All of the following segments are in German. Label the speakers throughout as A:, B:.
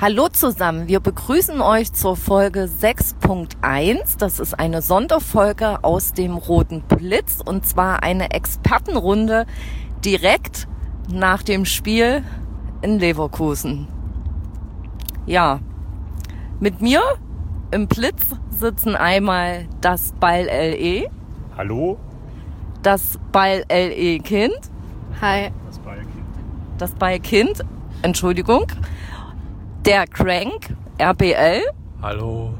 A: Hallo zusammen, wir begrüßen euch zur Folge 6.1. Das ist eine Sonderfolge aus dem Roten Blitz und zwar eine Expertenrunde direkt nach dem Spiel in Leverkusen. Ja, mit mir im Blitz sitzen einmal das Ball LE,
B: Hallo?
A: das Ball LE Kind,
C: Hi.
B: Das Ballkind.
A: das Ball Kind, Entschuldigung, der Crank RBL
D: Hallo.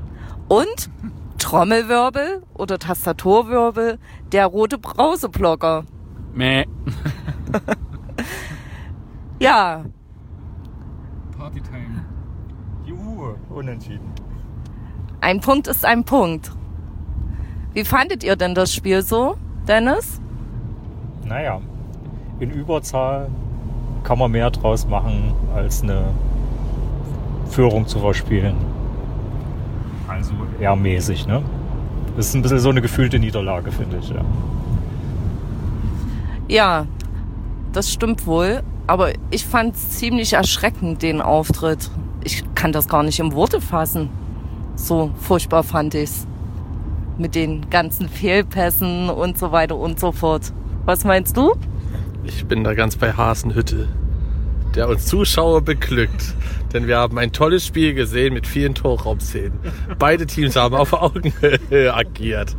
A: und Trommelwirbel oder Tastaturwirbel, der rote Brauseblocker.
D: Meh.
A: Ja,
E: Partytime.
B: Juhu, unentschieden.
A: ein Punkt ist ein Punkt. Wie fandet ihr denn das Spiel so, Dennis?
B: Naja, in Überzahl kann man mehr draus machen, als eine Führung zu verspielen.
E: Also,
B: Eher mäßig, ne? Das ist ein bisschen so eine gefühlte Niederlage, finde ich, ja.
A: Ja, das stimmt wohl, aber ich fand ziemlich erschreckend, den Auftritt. Ich kann das gar nicht in Worte fassen. So furchtbar fand ich's. Mit den ganzen Fehlpässen und so weiter und so fort. Was meinst du?
D: Ich bin da ganz bei Hasenhütte, der uns Zuschauer beglückt. Denn wir haben ein tolles Spiel gesehen mit vielen Torraubszenen. Beide Teams haben auf Augenhöhe agiert.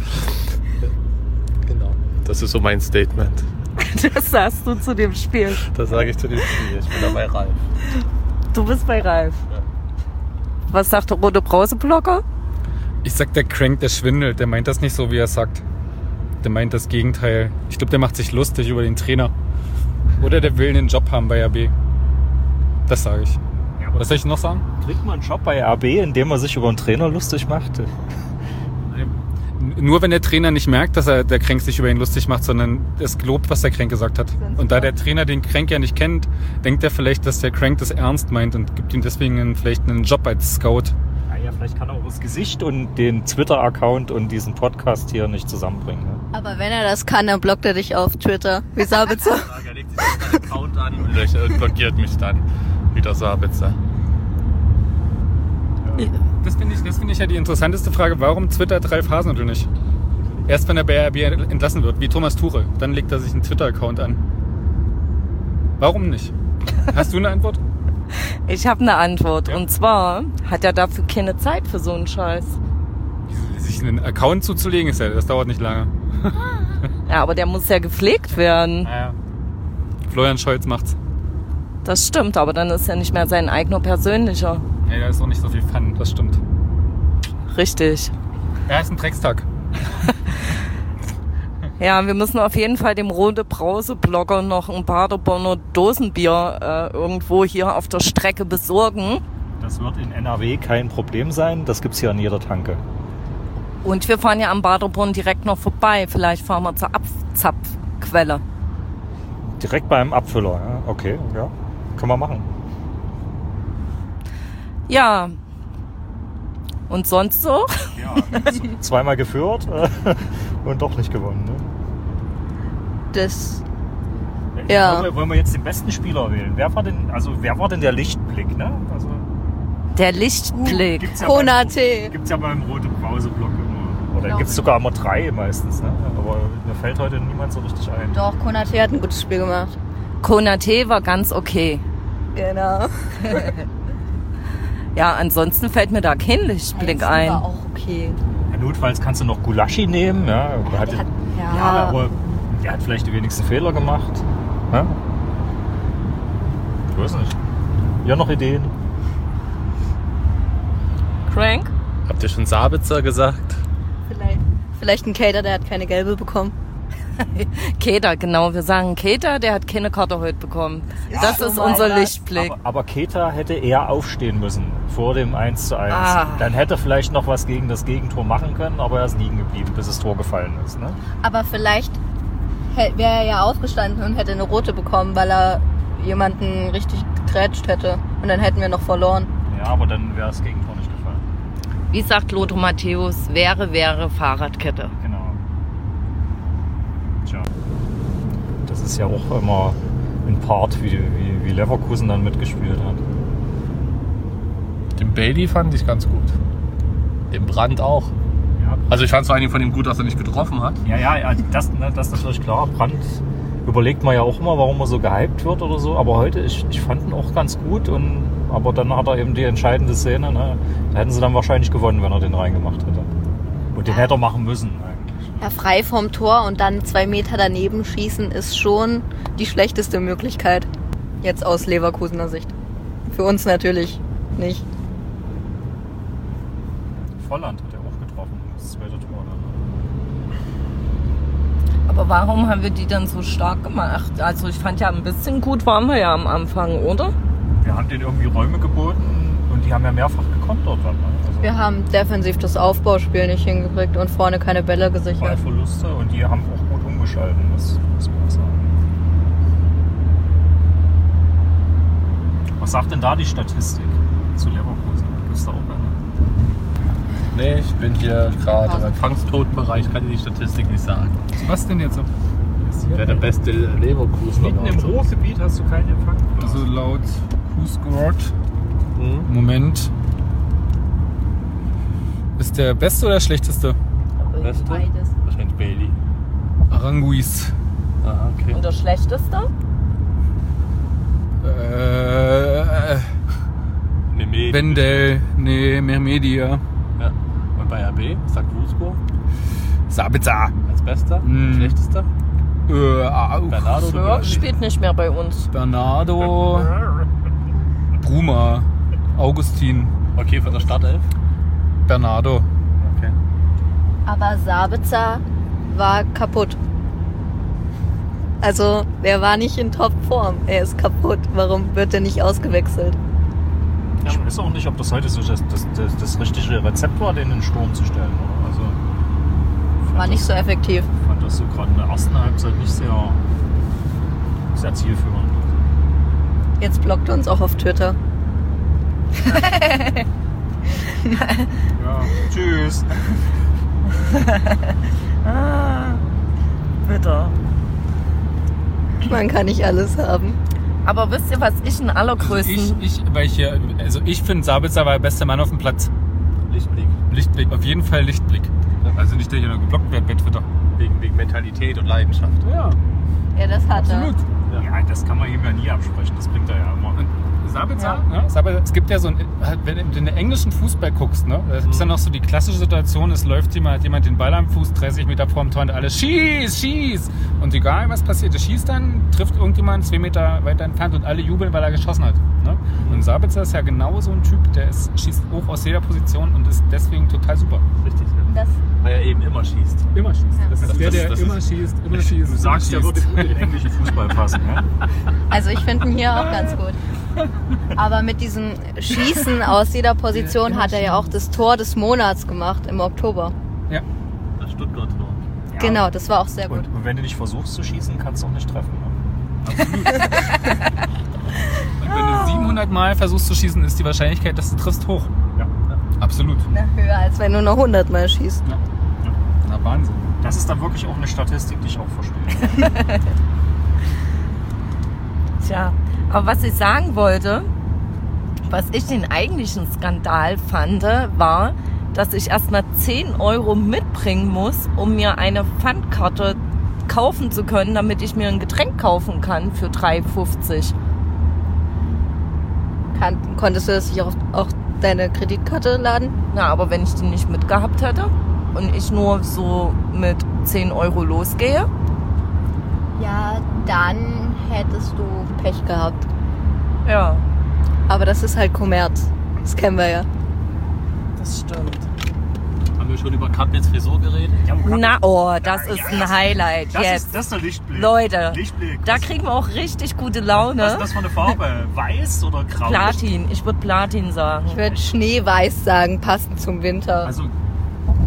D: Genau. Das ist so mein Statement.
A: Das sagst du zu dem Spiel.
D: Das sage ich zu dem Spiel. Ich bin dabei Ralf.
A: Du bist bei Ralf. Was sagt der rote Brauseblocker?
E: ich sag, der Crank, der schwindelt. Der meint das nicht so, wie er sagt. Der meint das Gegenteil. Ich glaube, der macht sich lustig über den Trainer. Oder der will einen Job haben bei RB. Das sage ich. Was soll ich noch sagen?
B: Kriegt man einen Job bei RB, indem man sich über einen Trainer lustig macht?
E: N- Nur wenn der Trainer nicht merkt, dass er der Kränk sich über ihn lustig macht, sondern es gelobt, was der Kränk gesagt hat. Und da der Trainer den Kränk ja nicht kennt, denkt er vielleicht, dass der Kränk das ernst meint und gibt ihm deswegen einen, vielleicht einen Job als Scout.
B: Naja, Ah vielleicht kann er auch das Gesicht und den Twitter-Account und diesen Podcast hier nicht zusammenbringen. Ne?
C: Aber wenn er das kann, dann blockt er dich auf Twitter. Wie Sabitzer.
D: Er legt sich auf meinen Account an und löscht- und blockiert mich dann. Wieder Sabitzer.
E: Das finde ich, das finde ich ja die interessanteste Frage. Warum twittert Ralf Hasenhüttl nicht? Erst wenn er bei RB entlassen wird, wie Thomas Tuchel, dann legt er sich einen Twitter-Account an. Warum nicht? Hast du eine Antwort?
A: Ich habe eine Antwort.
E: Ja.
A: Und zwar hat er dafür keine Zeit für so einen Scheiß.
E: Sich einen Account zuzulegen, ist ja, das dauert nicht lange.
A: Ja, aber der muss ja gepflegt werden.
E: Florian Scholz macht's.
A: Das stimmt, aber dann ist er nicht mehr sein eigener persönlicher.
E: Ja, da ist auch nicht so viel Fun, das stimmt.
A: Richtig.
E: Ja, ist ein Dreckstag.
A: Ja, wir müssen auf jeden Fall dem rote Brause-Blogger noch ein Paderborner Dosenbier äh, irgendwo hier auf der Strecke besorgen.
B: Das wird in NRW kein Problem sein. Das gibt's hier an jeder Tanke.
A: Und wir fahren ja am Baderborn direkt noch vorbei. Vielleicht fahren wir zur Abzapfquelle.
B: Direkt beim Abfüller. Ja? Okay, ja. Kann man machen.
A: Ja. Und sonst so?
B: Zweimal geführt äh, und doch nicht gewonnen. Ne?
C: Das. Ja.
B: Wollen wir- Wollen wir jetzt den besten Spieler wählen? Wer war denn, also wer war denn der Lichtblick? Ne? Also,
A: Der Lichtblick.
B: gibt's
C: Konate.
B: Gibt es ja beim Rote Brauseblock immer. Oder
C: Genau.
B: gibt es sogar immer drei meistens. Ne? Aber mir fällt heute niemand so richtig ein.
C: Doch, Konate hat ein gutes Spiel gemacht.
A: Konate war ganz okay.
C: Genau.
A: Ja, ansonsten fällt mir da kein Lichtblick ein.
C: War auch okay.
B: Notfalls kannst du noch Gulaschi nehmen. Ja, hat,
C: Der hat, ja.
B: ja, aber der hat vielleicht die wenigsten Fehler gemacht. Ne? Ich weiß nicht. Ja, noch Ideen?
A: Crank?
D: Habt ihr schon Sabitzer gesagt?
C: vielleicht, vielleicht ein Cater, der hat keine gelbe bekommen.
A: Keter, genau. Wir sagen Keter, der hat keine Karte heute bekommen. das
C: schon
A: ist
C: mal
A: unser
C: was.
A: Lichtblick.
B: Aber, aber Keta hätte eher aufstehen müssen vor dem 1 zu 1.
A: Ah.
B: Dann hätte er vielleicht noch was gegen das Gegentor machen können, aber er ist liegen geblieben, bis das Tor gefallen ist. Ne?
C: Aber vielleicht hä- wäre er ja aufgestanden und hätte eine rote bekommen, weil er jemanden richtig getretscht hätte. Und dann hätten wir noch verloren.
B: Ja, aber dann wäre das Gegentor nicht gefallen.
A: Wie sagt Lotho Matthäus, wäre, wäre Fahrradkette.
B: Genau. Tja. Das ist ja auch immer ein Part, wie, wie, wie Leverkusen dann mitgespielt hat.
D: Den Bailey fand ich ganz gut. Den Brand auch.
B: Ja,
D: Also ich fand vor allen Dingen von ihm gut, dass er nicht getroffen hat.
B: Ja, ja, ja, das, ne, das ist natürlich klar. Brandt überlegt man ja auch immer, warum er so gehypt wird oder so. Aber heute, ich, ich fand ihn auch ganz gut. Und, aber dann hat er eben die entscheidende Szene. Ne? Da hätten sie dann wahrscheinlich gewonnen, wenn er den reingemacht hätte. Und den hätte er machen müssen eigentlich.
C: Ja, frei vom Tor und dann zwei Meter daneben schießen ist schon die schlechteste Möglichkeit. Jetzt aus Leverkusener Sicht. Für uns natürlich nicht.
B: Volland hat er auch getroffen. Das zweite Tor ne. dann.
A: Aber warum haben wir die dann so stark gemacht? Also ich fand ja ein bisschen gut waren wir ja am Anfang, oder?
B: Wir haben denen irgendwie Räume geboten und die haben ja mehrfach gekontert. Dann, ne? also
C: Wir haben defensiv das Aufbauspiel nicht hingekriegt und vorne keine Bälle
B: zwei
C: gesichert.
B: Verluste und die haben auch gut umgeschalten, das muss man auch sagen. Was sagt denn da die Statistik zu Leverkusen? Gibt's da auch eine?
D: Nee, ich bin hier gerade im Empfangstotenbereich, kann ich die Statistik nicht sagen.
E: Was denn jetzt?
D: Wer der beste Leverkusen
B: Mitten im Ruhrgebiet hast du keinen Empfang.
E: Also laut Who Scored
D: Hm?
E: Moment. Ist der beste oder schlechteste?
D: Beste?
A: Beides.
D: Wahrscheinlich Bailey.
E: Aranguiz.
D: Ah, okay.
A: Und das Schlechteste?
E: Äh,
D: Memedi.
E: Wendell. Nee, Mermedia.
D: Ja. Und bei RB sagt Wusko
E: Sabitzer.
D: als bester,
E: Hm.
D: schlechtester.
E: Äh, au-
D: Bernardo de Bruyne.
A: Spielt nicht mehr bei uns.
E: Bernardo. Bruma. Augustin.
D: Okay, von der Startelf.
E: Bernardo.
D: Okay.
C: Aber Sabitzer war kaputt. Also, der war nicht in Topform. Er ist kaputt. Warum wird er nicht ausgewechselt?
B: Ich weiß auch nicht, ob das heute so das, das, das, das richtige Rezept war, den in den Sturm zu stellen. Oder? Also, ich
C: War
B: fand
C: nicht so effektiv.
B: das, fand das so gerade in der ersten Halbzeit nicht sehr, sehr zielführend.
C: Jetzt blockt er uns auch auf Twitter.
B: Ja. Tschüss.
A: Bitte.
C: Man kann nicht alles haben.
A: Aber wisst ihr, was ich in allergrößten...
E: Ich, ich, weil ich hier, also ich finde Sabitzer war der beste Mann auf dem Platz.
D: Lichtblick.
E: Lichtblick, auf jeden Fall Lichtblick. Also nicht der hier noch geblockt wird bei Twitter.
D: Wegen, wegen Mentalität und Leidenschaft.
E: Ja,
C: Ja, das hat er.
B: Ja, das kann man ihm ja nie absprechen. Das bringt er ja immer.
E: Und Sabitzer, ne? Sabitzer, es gibt ja so ein, halt, wenn du in den englischen Fußball guckst, ne, da gibt es ja noch so die klassische Situation, es läuft jemand, hat jemand den Ball am Fuß, 30 Meter vorm Tor und alle schieß, schieß. Und egal was passiert, er schießt dann, trifft irgendjemand zwei Meter weiter entfernt und alle jubeln, weil er geschossen hat. Ne? Und Sabitzer ist ja genau so ein Typ, der ist, schießt hoch aus jeder Position und ist deswegen total super.
D: Richtig. Weil er eben immer schießt.
E: Immer schießt. Das ist
D: Das-
E: der,
D: das-
E: der
D: das
E: immer schießt, immer schießt.
B: Du sagst, der
E: immer
B: würde gut in den englischen Fußball passen. Ne?
C: also ich finde ihn hier auch ganz gut. Aber mit diesem Schießen aus jeder Position hat
A: genau.
C: er ja auch das Tor des Monats gemacht im Oktober.
E: Ja.
D: Das Stuttgart-Tor.
B: Ja.
C: Genau, das war auch sehr gut.
B: Und, und wenn du nicht versuchst zu schießen, kannst du auch nicht treffen. Ne?
E: Und wenn du 700 Mal versuchst zu schießen, ist die Wahrscheinlichkeit, dass du triffst, hoch.
B: Ja.
E: Absolut.
C: Na, höher als wenn du noch 100 Mal schießt.
E: Na, Wahnsinn.
B: Das ist dann wirklich auch eine Statistik, die ich auch verstehe.
A: Tja, aber was ich sagen wollte, was ich den eigentlichen Skandal fand, war, dass ich erstmal 10 Euro mitbringen muss, um mir eine Pfandkarte kaufen zu können, damit ich mir ein Getränk kaufen kann für 3,50.
C: Kann, konntest du das nicht auch, auch deine Kreditkarte laden?
A: Na, aber wenn ich die nicht mitgehabt hätte und ich nur so mit 10 Euro losgehe,
C: Ja, dann hättest du Pech gehabt.
A: ja,
C: Aber das ist halt Kommerz. Das kennen wir ja.
A: das stimmt.
D: Haben wir schon über Kappnitz Frisur geredet?
B: Ja, wo kann-
A: Na, oh, das ist ein Highlight
B: das
A: jetzt.
B: ist das ist der Lichtblick.
A: Leute,
B: Lichtblick.
A: da
B: Was-
A: kriegen wir auch richtig gute Laune.
B: Was ist das für eine Farbe? Weiß oder grau?
A: Platin, ich würde Platin sagen.
C: Ich würde Schneeweiß sagen, passend zum Winter.
B: Also,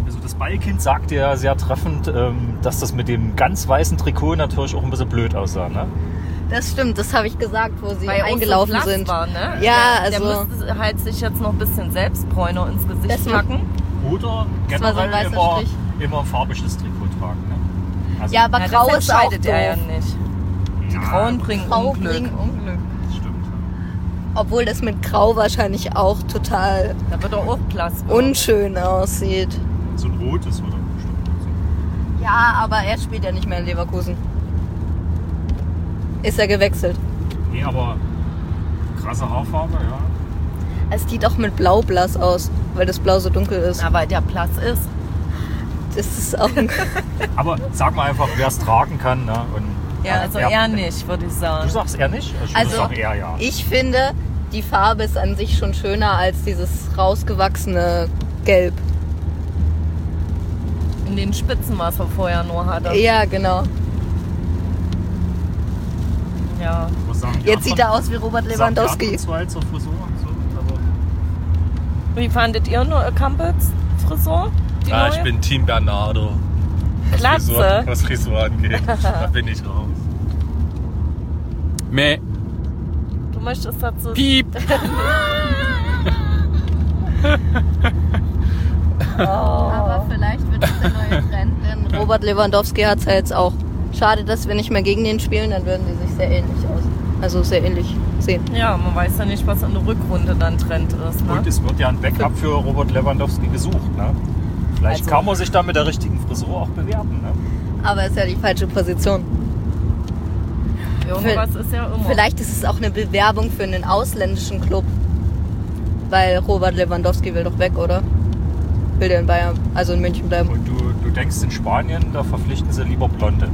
B: also das Ballkind sagte ja sehr treffend, ähm, dass das mit dem ganz weißen Trikot natürlich auch ein bisschen blöd aussah. Ne?
C: Das stimmt, das habe ich gesagt, wo sie
A: Weil er auch so
C: eingelaufen
A: blass
C: sind.
A: War, ne?
C: Ja,
A: der,
C: also-
A: Der müsste halt sich jetzt noch ein bisschen Selbstbräune ins Gesicht
C: Das-
A: packen.
B: Oder
C: Das war so ein
B: generell
C: weißer
B: immer,
C: Strich.
B: immer ein farbiges Trikot tragen. Ne? Also,
C: Ja, aber
A: Ja,
C: grau
A: das
C: ist auch
A: entscheidet er ja
C: doof.
A: nicht. Die Grauen bringen
C: Grau
A: Unglück.
C: bringen Unglück.
B: das stimmt.
C: Obwohl das mit Grau wahrscheinlich auch total
A: Da wird er auch blass.
C: unschön aussieht.
B: So ein rotes oder bestimmt.
C: Ja, aber er spielt ja nicht mehr in Leverkusen. Ist er gewechselt.
B: Nee, aber krasse Haarfarbe, ja.
C: Es sieht auch mit Blau blass aus, weil das Blau so dunkel ist.
A: Na, weil der blass ist.
C: Das ist auch ein
B: Aber sag mal einfach, wer es tragen kann. Ne? Und,
A: Ja, also
B: Ja.
A: er nicht, würde ich sagen.
B: Du sagst er nicht? Ich
C: Also,
B: sag er ja.
C: Ich finde, die Farbe ist an sich schon schöner als dieses rausgewachsene Gelb.
A: In den Spitzen, was er vorher nur hatte.
C: Ja, genau.
A: Ja.
B: Was sagen die
C: Jetzt sieht
B: anderen?
C: er aus wie Robert
B: Sagen die
C: Lewandowski.
B: anderen Zwei zur Frisur. So, also,
A: Wie fandet ihr nur äh, Campbells Frisur? Die
D: Ah,
A: neue?
D: ich bin Team Bernardo. Was
A: Glatze.
D: Frisur, was Frisur angeht. da bin ich raus.
E: Meh,
A: Du möchtest dazu.
E: piep.
A: Oh.
C: Aber vielleicht wird das der neue Trend, denn Robert Lewandowski hat es ja jetzt auch. Schade, dass wir nicht mehr gegen den spielen, dann würden die sich sehr ähnlich aus. Also sehr ähnlich sehen.
A: Ja, man weiß ja nicht, was in der Rückrunde dann Trend ist. Ne?
B: und es wird ja ein Backup für Robert Lewandowski gesucht. Ne? Vielleicht
A: Also-
B: kann man sich da mit der richtigen Frisur auch bewerben. Ne?
C: Aber ist ja die falsche Position.
A: Irgendwas ist ja immer.
C: Vielleicht ist es auch eine Bewerbung für einen ausländischen Club. Weil Robert Lewandowski will doch weg, oder? Will der in Bayern, also in München bleiben.
B: Und du, du denkst, in Spanien, da verpflichten sie lieber Blonde.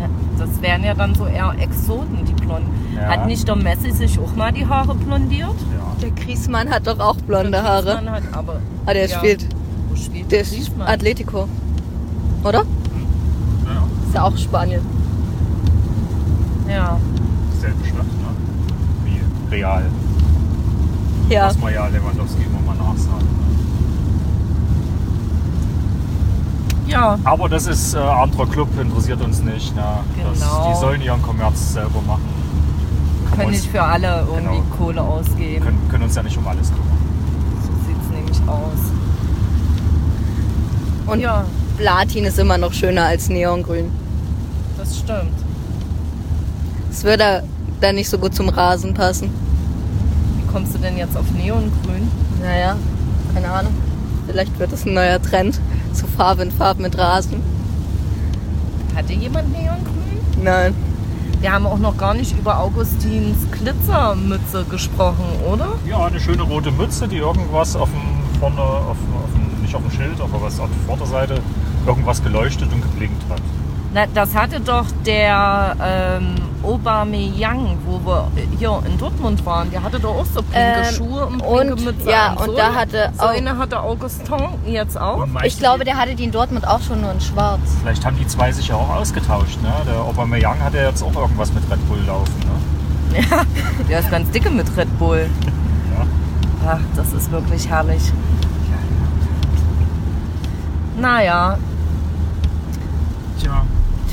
A: Ja, Das wären ja dann so eher Exoten, die Blonden.
B: Ja.
A: Hat nicht der Messi sich auch mal die Haare blondiert?
B: Ja.
C: Der Griesmann hat doch auch blonde Haare.
A: Man hat aber.
C: Ah, der
A: Ja.
C: spielt.
A: Wo spielt
C: Der ist
A: Griezmann?
C: Atletico. Oder?
B: Ja,
C: Ist ja auch Spanien.
A: Ja.
B: selbe Stadt, ne? Wie Real.
C: Ja.
B: Muss man ja Lewandowski immer mal nachsagen. ne?
A: Ja.
B: Aber das ist äh, anderer Club, interessiert uns nicht. Ne? Das,
A: Genau.
B: die sollen ihren Kommerz selber machen. Kann
A: Können
B: uns-
A: nicht für alle irgendwie
B: Genau.
A: Kohle ausgeben.
B: können, können uns ja nicht um alles kümmern.
A: So sieht es nämlich aus.
C: Und
A: ja,
C: Platin ist immer noch schöner als Neongrün.
A: das stimmt.
C: Es würde da nicht so gut zum Rasen passen.
A: Wie kommst du denn jetzt auf Neongrün?
C: Naja, keine Ahnung. Vielleicht wird es ein neuer Trend. So Farbe in Farbe mit Rasen.
A: Hatte jemand Neongrün?
C: Nein.
A: Wir haben auch noch gar nicht über Augustins Glitzermütze gesprochen, oder?
B: Ja, eine schöne rote Mütze, die irgendwas auf dem vorne, auf, dem- auf dem, nicht auf dem Schild, aber was auf der Vorderseite irgendwas geleuchtet und geblinkt hat.
A: Na, das hatte doch der ähm, Aubameyang, wo wir hier in Dortmund waren. Der hatte doch auch so pinke
C: Ähm,
A: Schuhe und pinke
C: und-
A: Mütze.
C: ja,
A: an.
C: und
A: so,
C: da hatte
A: so
C: auch-
A: eine hatte Augustin jetzt auch.
B: Und meinst
C: Ich
B: du,
C: glaube, der hatte die in Dortmund auch schon nur in Schwarz.
B: Vielleicht haben die zwei sich ja auch ausgetauscht. Ne? Der Aubameyang hat ja jetzt auch irgendwas mit Red Bull laufen. Ne?
A: Der ist ganz dicke mit Red Bull.
B: Ja.
A: Ach, das ist wirklich herrlich. Naja,
B: Tja,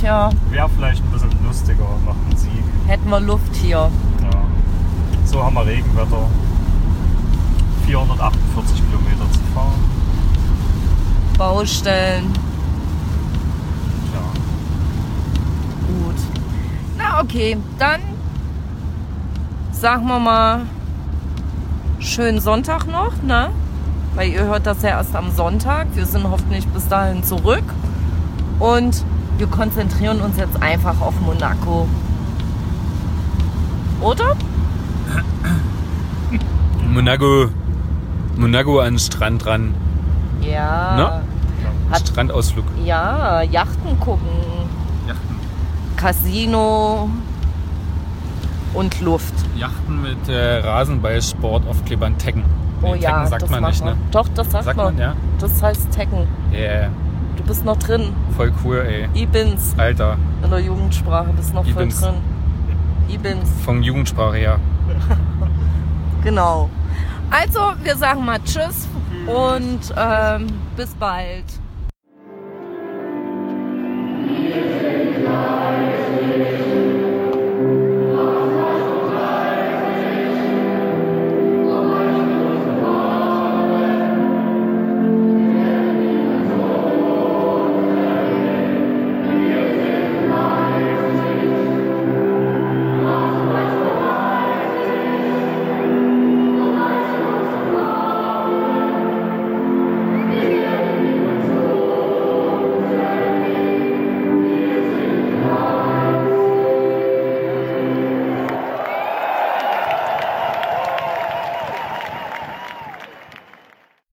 A: tja,
B: wäre vielleicht ein bisschen lustiger nach dem Sieg.
A: hätten wir Luft hier.
B: Ja. So haben wir Regenwetter. 448 Kilometer zu fahren.
A: Baustellen.
B: Ja.
A: Gut. Na okay, dann sagen wir mal schönen Sonntag noch, ne? Weil ihr hört das ja erst am Sonntag. Wir sind hoffentlich bis dahin zurück. Und wir konzentrieren uns jetzt einfach auf Monaco. Oder?
E: Monaco. Monaco an den Strand ran.
A: Ja. Hat-
E: Strandausflug.
A: Ja, Yachten gucken.
E: Yachten.
A: Casino und Luft.
E: Yachten mit äh, Rasenballsport auf Klebern Tecken. Nee,
A: Oh ja,
E: Tecken sagt
A: das
E: man
A: machen
E: nicht,
A: wir.
E: ne?
A: Doch, das sagt,
E: Sagt
A: man.
E: man, ja.
A: Das heißt Tecken.
E: Ja, yeah,
A: Du bist noch drin.
E: voll cool, ey.
A: Ibins
E: Alter,
A: in der Jugendsprache bist noch
E: Ibins.
A: voll drin. Ibins,
E: von Jugendsprache her.
A: genau. Also, wir sagen mal Tschüss und ähm, bis bald.